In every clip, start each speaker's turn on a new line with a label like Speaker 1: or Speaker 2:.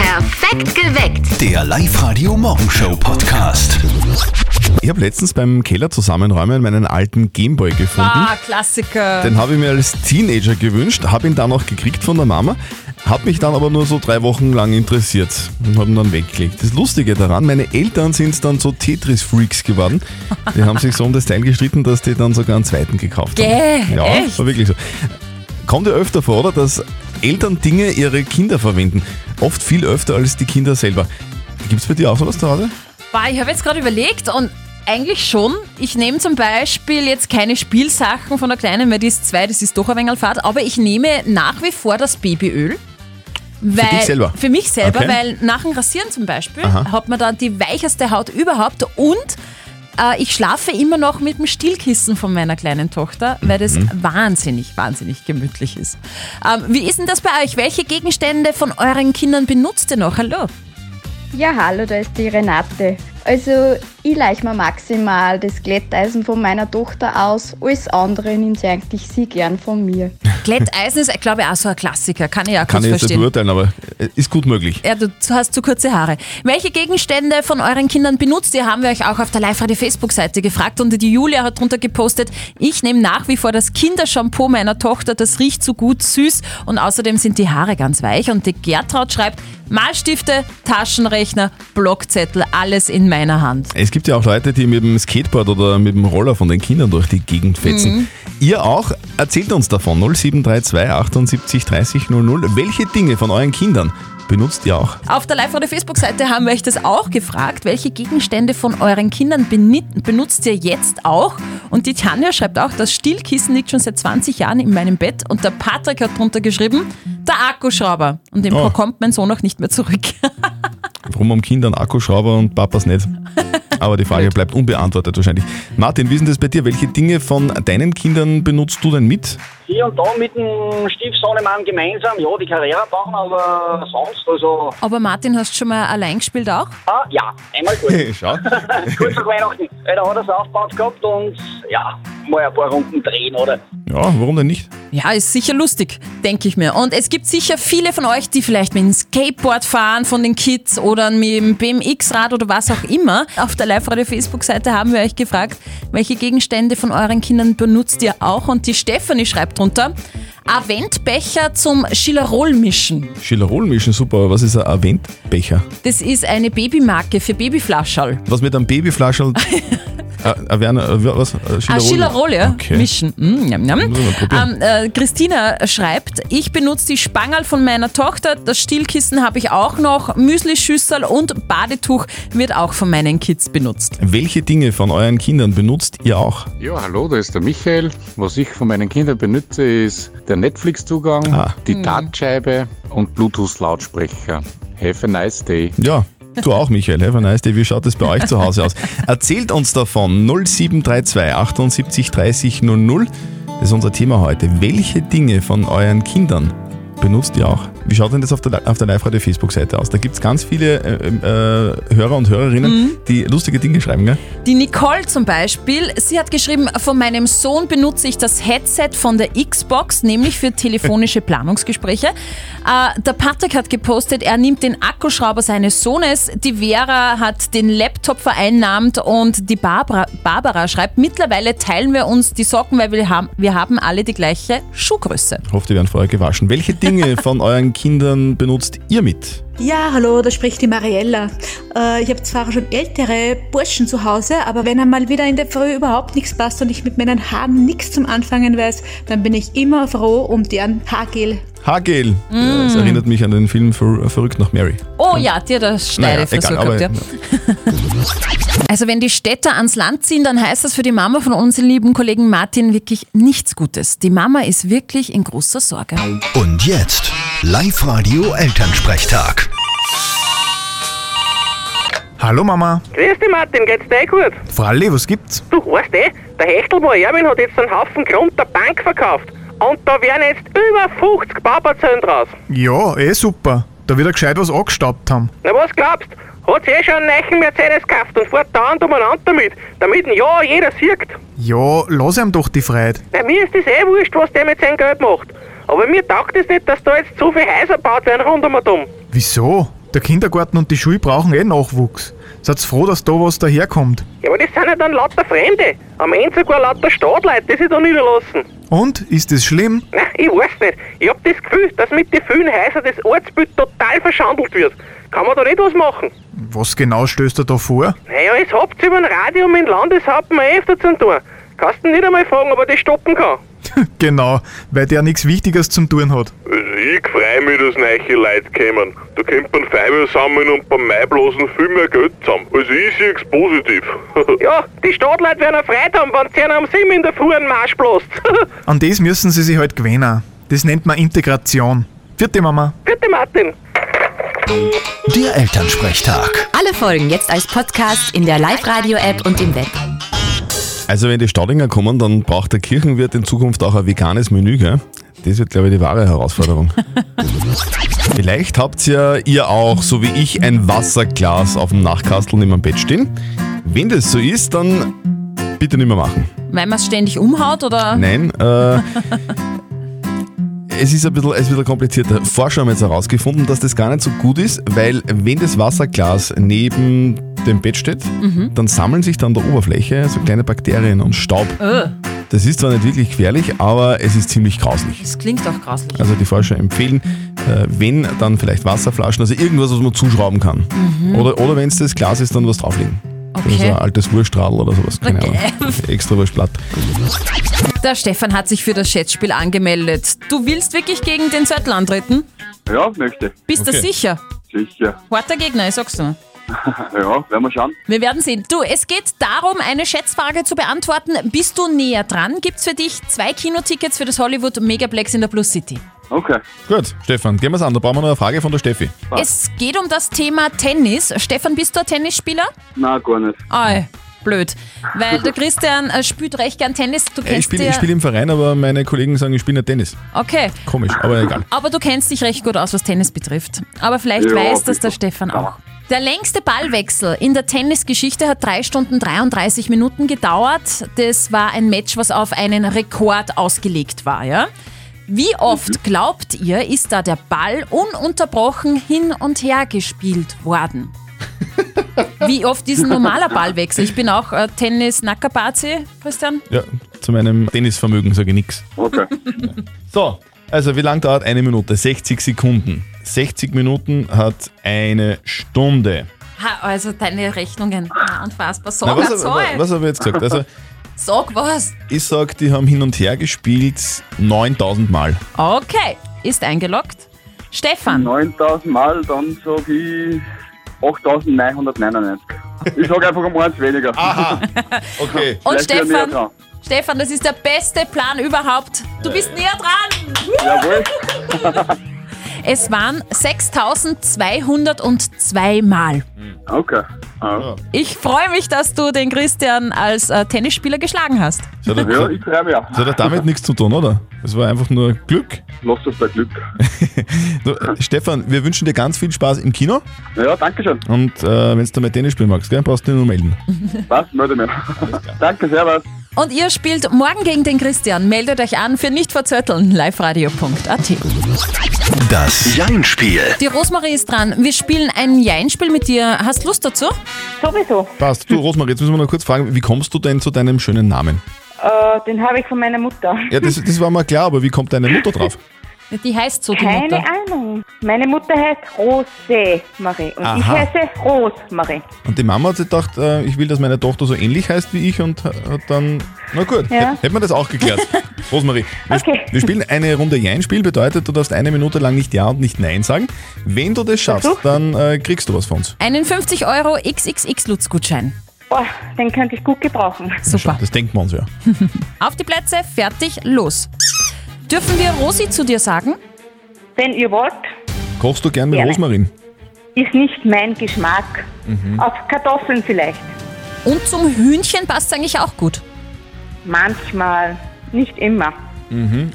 Speaker 1: Perfekt geweckt.
Speaker 2: Der Live-Radio Morgenshow Podcast.
Speaker 3: Ich habe letztens beim Keller zusammenräumen meinen alten Gameboy gefunden.
Speaker 4: Ah, Klassiker.
Speaker 3: Den habe ich mir als Teenager gewünscht, habe ihn dann auch gekriegt von der Mama, habe mich dann aber nur so drei Wochen lang interessiert und habe ihn dann weggelegt. Das Lustige daran, meine Eltern sind dann so Tetris-Freaks geworden. Die haben sich so um das Teil gestritten, dass die dann sogar einen zweiten gekauft haben.
Speaker 4: Gäh,
Speaker 3: ja,
Speaker 4: echt?
Speaker 3: war wirklich so. Kommt ja öfter vor, oder? Dass Eltern Dinge ihre Kinder verwenden. Oft viel öfter als die Kinder selber. Gibt es bei dir auch sowas zu Hause?
Speaker 4: Bah, Ich habe jetzt gerade überlegt und eigentlich schon. Ich nehme zum Beispiel jetzt keine Spielsachen von der Kleinen, weil die ist zwei, das ist doch ein wenig Fahrt, aber ich nehme nach wie vor das Babyöl. Weil,
Speaker 3: dich selber?
Speaker 4: Für mich selber,
Speaker 3: Okay.
Speaker 4: weil nach dem Rasieren zum Beispiel
Speaker 3: Aha.
Speaker 4: hat man da die weicheste Haut überhaupt und äh, ich schlafe immer noch mit dem Stillkissen von meiner kleinen Tochter, weil das
Speaker 3: Mhm.
Speaker 4: wahnsinnig, wahnsinnig gemütlich ist. Ähm, wie ist denn das bei euch? Welche Gegenstände von euren Kindern benutzt ihr noch? Hallo?
Speaker 5: Ja, hallo, da ist die Renate. Also, ich leih mir maximal das Glätteisen von meiner Tochter aus. Alles andere nimmt sie eigentlich sie gern von mir.
Speaker 4: Glätteisen ist, glaube ich, auch so ein Klassiker. Kann ich auch
Speaker 3: Kann
Speaker 4: gut
Speaker 3: ich jetzt nicht
Speaker 4: verstehen.
Speaker 3: beurteilen, aber äh, ist gut möglich.
Speaker 4: Ja, du hast zu kurze Haare. Welche Gegenstände von euren Kindern benutzt ihr, haben wir euch auch auf der Live-Radio-Facebook-Seite gefragt und die Julia hat drunter gepostet, ich nehme nach wie vor das Kindershampoo meiner Tochter, das riecht so gut süß und außerdem sind die Haare ganz weich und die Gertraud schreibt, Malstifte, Taschenrechner, Blockzettel, alles in meiner Hand.
Speaker 3: Es gibt ja auch Leute, die mit dem Skateboard oder mit dem Roller von den Kindern durch die Gegend fetzen.
Speaker 4: Mhm.
Speaker 3: Ihr auch? Erzählt uns davon. 0732 78 30 00. Welche Dinge von euren Kindern benutzt ihr auch?
Speaker 4: Auf der Live- oder Facebook-Seite haben wir euch das auch gefragt. Welche Gegenstände von euren Kindern beni- benutzt ihr jetzt auch? Und die Tanja schreibt auch, das Stillkissen liegt schon seit 20 Jahren in meinem Bett. Und der Patrick hat drunter geschrieben, der Akkuschrauber. Und den
Speaker 3: Oh.
Speaker 4: bekommt mein Sohn auch nicht mehr zurück.
Speaker 3: Warum am Kindern Akkuschrauber und Papas nicht? Aber die Frage bleibt unbeantwortet wahrscheinlich. Martin, wie ist denn das bei dir? Welche Dinge von deinen Kindern benutzt du denn mit?
Speaker 6: Hier und da mit dem Stiefsohnemann gemeinsam, ja, die Karriere bauen, aber sonst, also,
Speaker 4: Aber Martin, hast du schon mal allein gespielt auch?
Speaker 6: ah, ja, einmal gut.
Speaker 3: Schau.
Speaker 6: Kurz nach Weihnachten, weil da hat er es aufgebaut gehabt und, ja, mal ein paar Runden drehen, oder?
Speaker 3: Ja, warum denn nicht?
Speaker 4: Ja, ist sicher lustig, denke ich mir. Und es gibt sicher viele von euch, die vielleicht mit dem Skateboard fahren von den Kids oder mit dem BMX-Rad oder was auch immer. Auf der Live-Radio-Facebook-Seite haben wir euch gefragt, welche Gegenstände von euren Kindern benutzt ihr auch? Und die Stefanie schreibt drunter, Aventbecher zum Chilarol mischen.
Speaker 3: Schillerol mischen, super. Aber was ist ein Aventbecher?
Speaker 4: Das ist eine Babymarke für Babyflascherl.
Speaker 3: Was mit einem Babyflascherl? Äh, äh, Werner, äh, was? Äh,
Speaker 4: Ah, Chilarol, ja.
Speaker 3: Okay.
Speaker 4: Mischen. Mm, yum, yum.
Speaker 3: Müssen wir probieren.
Speaker 4: Ähm, äh, Christina schreibt, ich benutze die Spangerl von meiner Tochter, das Stillkissen habe ich auch noch, Müslischüssel und Badetuch wird auch von meinen Kids benutzt.
Speaker 3: Welche Dinge von euren Kindern benutzt ihr auch?
Speaker 7: Ja, hallo, da ist der Michael. Was ich von meinen Kindern benutze, ist der Netflix-Zugang,
Speaker 3: Ah.
Speaker 7: die Dartscheibe und Bluetooth-Lautsprecher. Have a nice day.
Speaker 3: Ja, du auch, Michael. Have a nice day. Wie schaut es bei euch zu Hause aus? Erzählt uns davon. 0732 78 30 00. Das ist unser Thema heute. Welche Dinge von euren Kindern benutzt ihr auch? Wie schaut denn das auf der, auf der Live-Radio-Facebook-Seite aus? Da gibt es ganz viele äh, äh, Hörer und Hörerinnen, die lustige Dinge schreiben, gell?
Speaker 4: Die Nicole zum Beispiel, sie hat geschrieben, von meinem Sohn benutze ich das Headset von der Xbox, nämlich für telefonische Planungsgespräche. Äh, der Patrick hat gepostet, er nimmt den Akkuschrauber seines Sohnes, die Vera hat den Laptop vereinnahmt und die Barbara, Barbara schreibt, mittlerweile teilen wir uns die Socken, weil wir haben, wir haben alle die gleiche Schuhgröße.
Speaker 3: Hofft, die werden vorher gewaschen. Welche Dinge von euren Kindern benutzt ihr mit?
Speaker 8: Ja, hallo, da spricht die Mariella. Äh, ich habe zwar schon ältere Burschen zu Hause, aber wenn einmal wieder in der Früh überhaupt nichts passt und ich mit meinen Haaren nichts zum Anfangen weiß, dann bin ich immer froh um deren Haargel.
Speaker 3: Hagel. Ja, das erinnert mich an den Film Ver Verrückt nach Mary.
Speaker 4: Oh ja, dir das
Speaker 3: Hm. Naja,
Speaker 4: Schneidefrisur
Speaker 3: egal, aber-
Speaker 4: gehabt, ja. Also wenn die Städter ans Land ziehen, dann heißt das für die Mama von unserem lieben Kollegen Martin wirklich nichts Gutes. Die Mama ist wirklich in großer Sorge.
Speaker 2: Und jetzt Live-Radio Elternsprechtag.
Speaker 9: Hallo Mama.
Speaker 10: Grüß dich Martin, geht's dir eh gut?
Speaker 9: Fralli, was gibt's?
Speaker 10: Du weißt eh, der Hechtelmann Erwin hat jetzt einen Haufen Grund der Bank verkauft. Und da werden jetzt über 50 Papazellen draus.
Speaker 9: Ja, eh super. Da wird er gescheit was angestaubt haben.
Speaker 10: Na was glaubst, hat sich eh schon einen neuen Mercedes gekauft und fährt dauernd umeinander damit, damit ihn ja jeder sieht.
Speaker 9: Ja, lass ihm doch die Freiheit.
Speaker 10: Na mir ist das eh wurscht, was der mit seinem Geld macht. Aber mir taugt es nicht, dass da jetzt so viele Häuser gebaut werden rund um und um.
Speaker 9: Wieso? Der Kindergarten und die Schule brauchen eh Nachwuchs. Seid froh, dass da was daherkommt.
Speaker 10: Ja, aber das sind ja dann lauter Fremde. Am Ende sogar lauter Stadtleute, die sich da niederlassen.
Speaker 9: Und, ist es schlimm?
Speaker 10: Nein, ich weiß nicht. Ich hab das Gefühl, dass mit den vielen Häusern das Ortsbild total verschandelt wird. Kann man da nicht was machen?
Speaker 9: Was genau stößt er da vor?
Speaker 10: Naja, jetzt habt's über den Radio mit dem Landeshauptmann öfter zu tun. Kannst du nicht einmal fragen, ob er das stoppen kann.
Speaker 9: Genau, weil der nichts Wichtiges zum tun hat.
Speaker 1: Also ich freue mich, dass neue Leute kommen. Da kommt man Feiber sammeln und beim Maiblosen viel mehr Geld zusammen. Also ich sehe es positiv.
Speaker 10: Ja, die Stadtleute werden eine Freude haben, wenn sie einen am 7 in der Früh einen Marsch bläst.
Speaker 9: An das müssen sie sich halt gewöhnen. Das nennt man Integration. Vierte Mama.
Speaker 10: Bitte, Martin.
Speaker 2: Der Elternsprechtag.
Speaker 11: Alle Folgen jetzt als Podcast in der Live-Radio-App und im Web.
Speaker 3: Also wenn die Staudinger kommen, dann braucht der Kirchenwirt in Zukunft auch ein veganes Menü, gell? Das wird, glaube ich, die wahre Herausforderung. Vielleicht habt ihr, ihr auch, so wie ich, ein Wasserglas auf dem Nachkastel neben dem Bett stehen. Wenn das so ist, dann bitte nicht mehr machen.
Speaker 4: Weil man es ständig umhaut oder?
Speaker 3: Nein, äh, es ist ein bisschen, es ist ein bisschen komplizierter. Forscher haben jetzt herausgefunden, dass das gar nicht so gut ist, weil wenn das Wasserglas neben dem Bett steht,
Speaker 4: Mhm.
Speaker 3: dann sammeln sich dann an der Oberfläche so kleine Bakterien und Staub.
Speaker 4: Öh,
Speaker 3: Das ist zwar nicht wirklich gefährlich, aber es ist ziemlich grauslich.
Speaker 4: das klingt auch grauslich.
Speaker 3: Also die Forscher empfehlen, äh, wenn, dann vielleicht Wasserflaschen, also irgendwas, was man zuschrauben kann. Oder, oder wenn es das Glas ist, dann was drauflegen.
Speaker 4: Mhm. Okay.
Speaker 3: So ein altes Wurstradl oder sowas, keine
Speaker 4: Okay.
Speaker 3: Ahnung. Extra Wurstblatt.
Speaker 4: Der Stefan hat sich für das Schätzspiel angemeldet. Du willst wirklich gegen den Zettel antreten?
Speaker 12: Ja, möchte.
Speaker 4: Bist du
Speaker 12: Okay.
Speaker 4: sicher?
Speaker 12: Sicher.
Speaker 4: Harter Gegner, ich sag's nur.
Speaker 12: Ja, werden wir schauen.
Speaker 4: Wir werden sehen. Du, es geht darum, eine Schätzfrage zu beantworten. Bist du näher dran? Gibt's für dich zwei Kinotickets für das Hollywood Megaplex in der Plus City?
Speaker 3: Okay. Gut, Stefan, gehen wir's an. Da brauchen wir noch eine Frage von der Steffi.
Speaker 4: Es geht um das Thema Tennis. Stefan, bist du ein Tennisspieler?
Speaker 12: Nein, gar nicht.
Speaker 4: Ei, blöd. Weil der Christian äh, spielt recht gern Tennis. Du
Speaker 3: Äh,
Speaker 4: kennst
Speaker 3: Ich spiele
Speaker 4: ja-
Speaker 3: ich spiel im Verein, aber meine Kollegen sagen, ich spiele nicht Tennis.
Speaker 4: Okay.
Speaker 3: Komisch, aber egal.
Speaker 4: Aber du kennst dich recht gut aus, was Tennis betrifft. Aber vielleicht
Speaker 3: Ja,
Speaker 4: weiß das der Stefan auch. Der längste Ballwechsel in der Tennisgeschichte hat 3 Stunden 33 Minuten gedauert. Das war ein Match, was auf einen Rekord ausgelegt war, ja? Wie
Speaker 3: Mhm.
Speaker 4: oft glaubt ihr, ist da der Ball ununterbrochen hin und her gespielt worden? Wie oft ist ein normaler Ballwechsel? Ich bin auch äh, Tennis-Nakabazi, Christian.
Speaker 3: Ja, zu meinem Tennisvermögen sage ich nichts.
Speaker 12: Okay.
Speaker 3: So, also wie lang dauert eine Minute? 60 Sekunden. 60 Minuten hat eine Stunde.
Speaker 4: Ha, also deine Rechnungen, na, unfassbar. Sag
Speaker 3: Na, was,
Speaker 4: was,
Speaker 3: was, was habe ich jetzt gesagt? Also,
Speaker 4: Sag was.
Speaker 3: ich sag, die haben hin und her gespielt 9000 Mal.
Speaker 4: Okay, ist eingeloggt.
Speaker 13: Hm.
Speaker 4: Stefan,
Speaker 12: 9000 Mal, dann sage ich 8999. Ich sage einfach um eins weniger. Aha,
Speaker 3: okay.
Speaker 4: Und Stefan? Stefan, das ist der beste Plan überhaupt. Du bist näher dran.
Speaker 12: Jawohl.
Speaker 4: Es waren 6202 Mal.
Speaker 12: Okay. Ah.
Speaker 4: Ich freue mich, dass du den Christian als äh, Tennisspieler geschlagen hast.
Speaker 3: Das hat,
Speaker 12: Ja, ich freue mich auch.
Speaker 3: das hat ja damit nichts zu tun, oder? Es war einfach nur Glück.
Speaker 12: Lass das bei Glück.
Speaker 3: Du, äh, Stefan, wir wünschen dir ganz viel Spaß im Kino.
Speaker 12: Ja, danke schön.
Speaker 3: Und äh, wenn du mal Tennis spielen magst, gell, brauchst du dich nur melden.
Speaker 12: Was? Melde mich. Danke, servus.
Speaker 4: Und ihr spielt morgen gegen den Christian. Meldet euch an für nicht verzötteln. liveradio.at.
Speaker 2: Das Jein-Spiel.
Speaker 4: Die Rosmarie ist dran. Wir spielen ein Jein-Spiel mit dir. Hast Lust dazu?
Speaker 5: Sowieso.
Speaker 3: Passt. Du, Rosmarie, jetzt müssen wir noch kurz fragen, wie kommst du denn zu deinem schönen Namen?
Speaker 5: Äh, den habe ich von meiner Mutter.
Speaker 3: Ja, das, das war mal klar, aber wie kommt deine Mutter drauf?
Speaker 4: Die heißt so, die
Speaker 5: Keine
Speaker 4: Mutter.
Speaker 5: Ahnung. Meine Mutter heißt Rosemarie und ich
Speaker 3: Aha.
Speaker 5: heiße Rosmarie.
Speaker 3: Und die Mama hat sich gedacht, äh, ich will, dass meine Tochter so ähnlich heißt wie ich und hat dann, na gut,
Speaker 5: Ja.
Speaker 3: hätten wir das auch geklärt. Rosmarie, wir, sp-
Speaker 5: Okay.
Speaker 3: wir spielen eine Runde Jein-Spiel, bedeutet, du darfst eine Minute lang nicht Ja und nicht Nein sagen. Wenn du das schaffst, dann äh, kriegst du was von uns.
Speaker 4: Einen 50 Euro XXX-Lutz-Gutschein.
Speaker 5: Boah, Oh, den könnte ich gut gebrauchen.
Speaker 4: Super.
Speaker 3: Das denkt man uns ja.
Speaker 4: Auf die Plätze, fertig, los. Dürfen wir Rosi zu dir sagen?
Speaker 5: Wenn ihr wollt,
Speaker 3: Kochst du gern mit
Speaker 5: Gerne.
Speaker 3: Rosmarin?
Speaker 5: ist nicht mein Geschmack. Auf Kartoffeln vielleicht.
Speaker 4: Und zum Hühnchen passt eigentlich auch gut.
Speaker 5: Manchmal, nicht immer.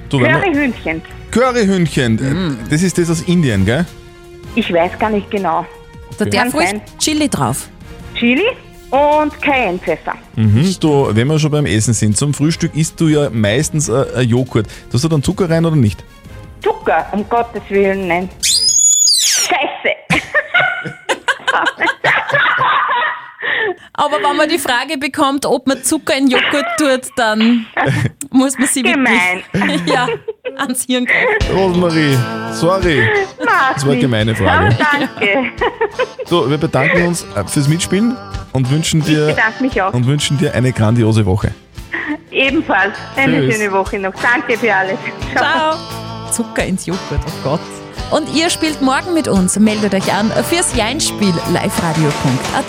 Speaker 3: Du, wenn wir-
Speaker 5: Curryhühnchen.
Speaker 3: Curryhühnchen, äh, das ist das aus Indien, gell?
Speaker 5: Ich weiß gar nicht genau.
Speaker 4: Da darf
Speaker 5: Kann
Speaker 4: ruhig
Speaker 5: sein.
Speaker 4: Chili drauf.
Speaker 5: Chili und Cayennepfeffer.
Speaker 3: Mhm. Du, wenn wir schon beim Essen sind, zum Frühstück isst du ja meistens äh, äh, Joghurt. Tust du dann Zucker rein oder nicht?
Speaker 5: Zucker, um Gottes Willen, nein. Scheiße.
Speaker 4: Aber wenn man die Frage bekommt, ob man Zucker in Joghurt tut, dann muss man sie
Speaker 14: Gemein.
Speaker 4: wirklich ja, ans Hirn greifen.
Speaker 3: Rosemarie, sorry.
Speaker 14: Mach
Speaker 3: Das war eine
Speaker 14: nichts.
Speaker 3: gemeine Frage.
Speaker 14: Aber danke.
Speaker 3: So, wir bedanken uns äh, fürs Mitspielen und wünschen dir,
Speaker 14: bedanke mich auch.
Speaker 3: und wünschen dir eine grandiose Woche.
Speaker 14: Ebenfalls eine
Speaker 3: Tschüss.
Speaker 14: schöne Woche noch. Danke für alles.
Speaker 4: Ciao. Zucker ins Joghurt, oh Gott. Und ihr spielt morgen mit uns. Meldet euch an fürs Jeinspiel liveradio.at.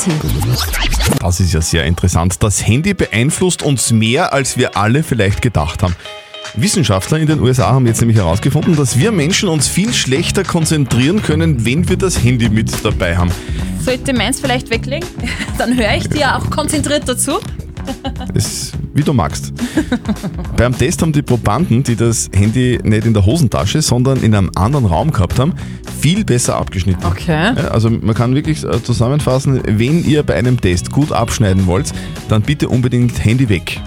Speaker 3: Das ist ja sehr interessant. Das Handy beeinflusst uns mehr, als wir alle vielleicht gedacht haben. Wissenschaftler in den USA haben jetzt nämlich herausgefunden, dass wir Menschen uns viel schlechter konzentrieren können, wenn wir das Handy mit dabei haben.
Speaker 4: Sollte meins vielleicht weglegen? Dann höre ich dir auch konzentriert dazu.
Speaker 3: Das, wie du magst. Beim Test haben die Probanden, die das Handy nicht in der Hosentasche, sondern in einem anderen Raum gehabt haben, viel besser abgeschnitten.
Speaker 4: Okay.
Speaker 3: Ja, also man kann wirklich äh, zusammenfassen, wenn ihr bei einem Test gut abschneiden wollt, dann bitte unbedingt Handy weg.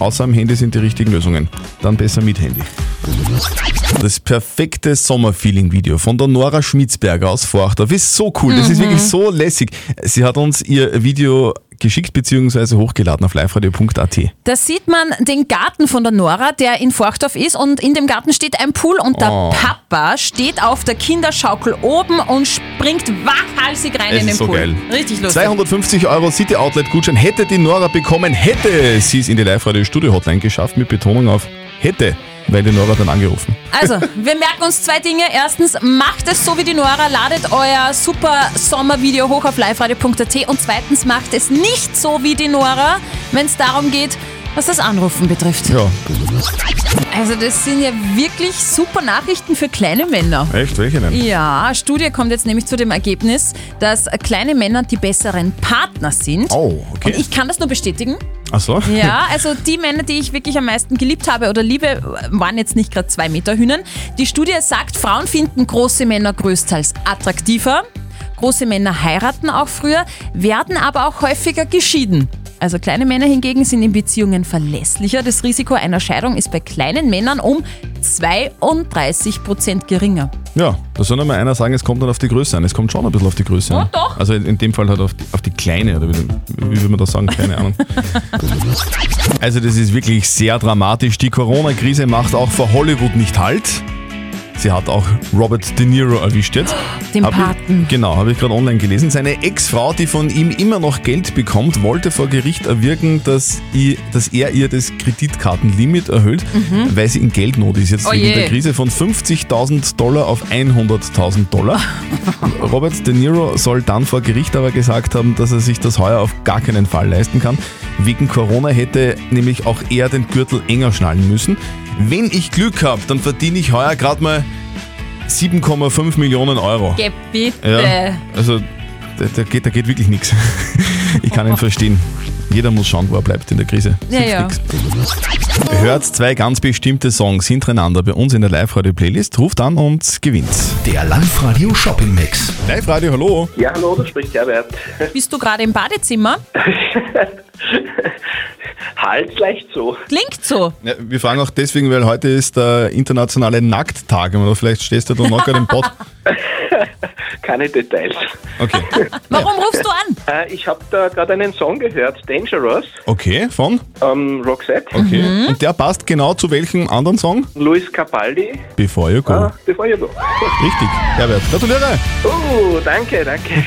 Speaker 3: Außer am Handy sind die richtigen Lösungen. Dann besser mit Handy. Das perfekte Sommerfeeling-Video von der Nora Schmitzberger aus Forchdorf ist so cool. Das ist
Speaker 15: Mhm.
Speaker 3: wirklich so lässig. Sie hat uns ihr Video geschickt bzw. hochgeladen auf liveradio.at.
Speaker 4: Da sieht man den Garten von der Nora, der in Forchdorf ist und in dem Garten steht ein Pool und der
Speaker 3: Oh.
Speaker 4: Papa steht auf der Kinderschaukel oben und springt wachhalsig rein
Speaker 3: Es
Speaker 4: in den
Speaker 3: ist so
Speaker 4: Pool.
Speaker 3: geil.
Speaker 4: Richtig lustig.
Speaker 3: 250 Euro City Outlet Gutschein hätte die Nora bekommen, hätte sie es in die Live-Radio Studio Hotline geschafft mit Betonung auf hätte, weil die Nora dann angerufen.
Speaker 4: Also, wir merken uns zwei Dinge. Erstens, macht es so wie die Nora, ladet euer super Sommervideo hoch auf liveradio.at und zweitens, macht es nicht so wie die Nora, wenn es darum geht, was das Anrufen betrifft.
Speaker 3: Ja.
Speaker 4: Also, das sind ja wirklich super Nachrichten für kleine Männer.
Speaker 3: Echt? Welche denn?
Speaker 4: Ja, Studie kommt jetzt nämlich zu dem Ergebnis, dass kleine Männer die besseren Partner sind.
Speaker 3: Oh, okay.
Speaker 4: Und ich kann das nur bestätigen.
Speaker 3: Ach so?
Speaker 4: Ja, also die Männer, die ich wirklich am meisten geliebt habe oder liebe, waren jetzt nicht gerade zwei Meter Hühnen. Die Studie sagt, Frauen finden große Männer größtenteils attraktiver. Große Männer heiraten auch früher, werden aber auch häufiger geschieden. Also kleine Männer hingegen sind in Beziehungen verlässlicher. Das Risiko einer Scheidung ist bei kleinen Männern um 32 Prozent geringer.
Speaker 3: Ja, da soll einmal einer sagen, es kommt dann auf die Größe an. Es kommt schon ein bisschen auf die Größe an.
Speaker 4: Ja, doch.
Speaker 3: Also in, in dem Fall halt auf die, auf die kleine, oder wie, wie will man das sagen? Keine Ahnung. Also das ist wirklich sehr dramatisch. Die Corona-Krise macht auch vor Hollywood nicht Halt. Sie hat auch Robert De Niro erwischt jetzt.
Speaker 4: Den
Speaker 3: Hab
Speaker 4: Paten.
Speaker 3: Ich, genau, habe ich gerade online gelesen. Seine Ex-Frau, die von ihm immer noch Geld bekommt, wollte vor Gericht erwirken, dass, ihr, dass er ihr das Kreditkartenlimit erhöht,
Speaker 15: Mhm.
Speaker 3: weil sie in Geldnot ist jetzt
Speaker 15: Oh
Speaker 3: wegen
Speaker 15: je.
Speaker 3: der Krise von 50.000 Dollar auf 100.000 Dollar. Robert De Niro soll dann vor Gericht aber gesagt haben, dass er sich das heuer auf gar keinen Fall leisten kann. Wegen Corona hätte nämlich auch er den Gürtel enger schnallen müssen. Wenn ich Glück habe, dann verdiene ich heuer gerade mal 7,5 Millionen Euro.
Speaker 4: Geh bitte.
Speaker 3: Ja, also da, da, geht, da geht wirklich nichts. Ich kann ihn verstehen. Jeder muss schauen, wo er bleibt in der Krise.
Speaker 4: Ja, ja.
Speaker 3: Hört zwei ganz bestimmte Songs hintereinander bei uns in der Live-Radio-Playlist, ruft an und gewinnt. Der Live-Radio-Shopping-Mix. Live-Radio, hallo.
Speaker 13: Ja, hallo, da spricht Herbert.
Speaker 4: Bist du gerade im Badezimmer?
Speaker 13: Halt leicht so.
Speaker 4: Klingt so.
Speaker 3: Ja, wir fragen auch deswegen, weil heute ist der internationale Nackttag, oder vielleicht stehst du da noch im Bad.
Speaker 13: Keine Details.
Speaker 3: Okay.
Speaker 4: Warum rufst du an?
Speaker 13: Äh, ich habe da gerade einen Song gehört, Dangerous,
Speaker 3: Okay, von?
Speaker 13: ähm, Roxette,
Speaker 3: Okay.
Speaker 4: Mhm.
Speaker 3: Und der passt genau zu welchem anderen Song?
Speaker 13: Luis Capaldi.
Speaker 3: Before You Go.
Speaker 13: Ah, bevor ihr go.
Speaker 3: Richtig, Herbert. Gratuliere.
Speaker 13: Oh, danke, danke.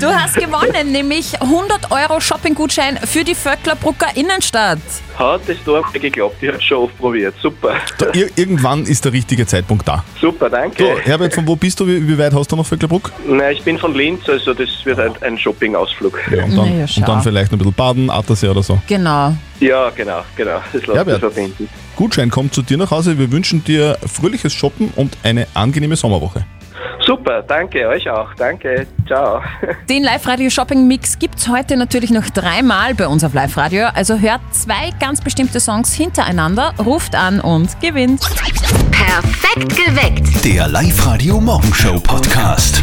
Speaker 4: Du hast gewonnen, nämlich 100 Euro Shopping-Gutschein für die Vöcklerbrucker Innenstadt.
Speaker 13: Hat das da einmal geglaubt, ich habe schon oft probiert. Super,
Speaker 3: Da, ir irgendwann ist der richtige Zeitpunkt da.
Speaker 13: super,
Speaker 3: So,
Speaker 13: danke.
Speaker 3: Herbert, von wo bist du? Wie, wie weit hast du noch Vöcklebruck?
Speaker 13: Na, ich bin von Linz, also das wird ein, ein Shopping-Ausflug. Ja,
Speaker 3: Und dann, und dann vielleicht noch ein bisschen baden, Attersee oder so.
Speaker 4: Genau.
Speaker 13: ja, genau, genau. Das lässt sich
Speaker 3: Herbert.
Speaker 13: verbinden.
Speaker 3: Gutschein kommt zu dir nach Hause. Wir wünschen dir fröhliches Shoppen und eine angenehme Sommerwoche.
Speaker 13: Super, danke, euch auch. Danke, ciao.
Speaker 4: Den Live-Radio-Shopping-Mix gibt's heute natürlich noch dreimal bei uns auf Live-Radio. Also hört zwei ganz bestimmte Songs hintereinander, ruft an und gewinnt.
Speaker 11: Perfekt geweckt.
Speaker 2: Der Live-Radio Morgenshow Podcast.